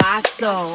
my soul.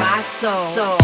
My soul.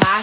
my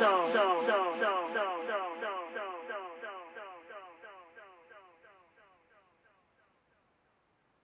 soul.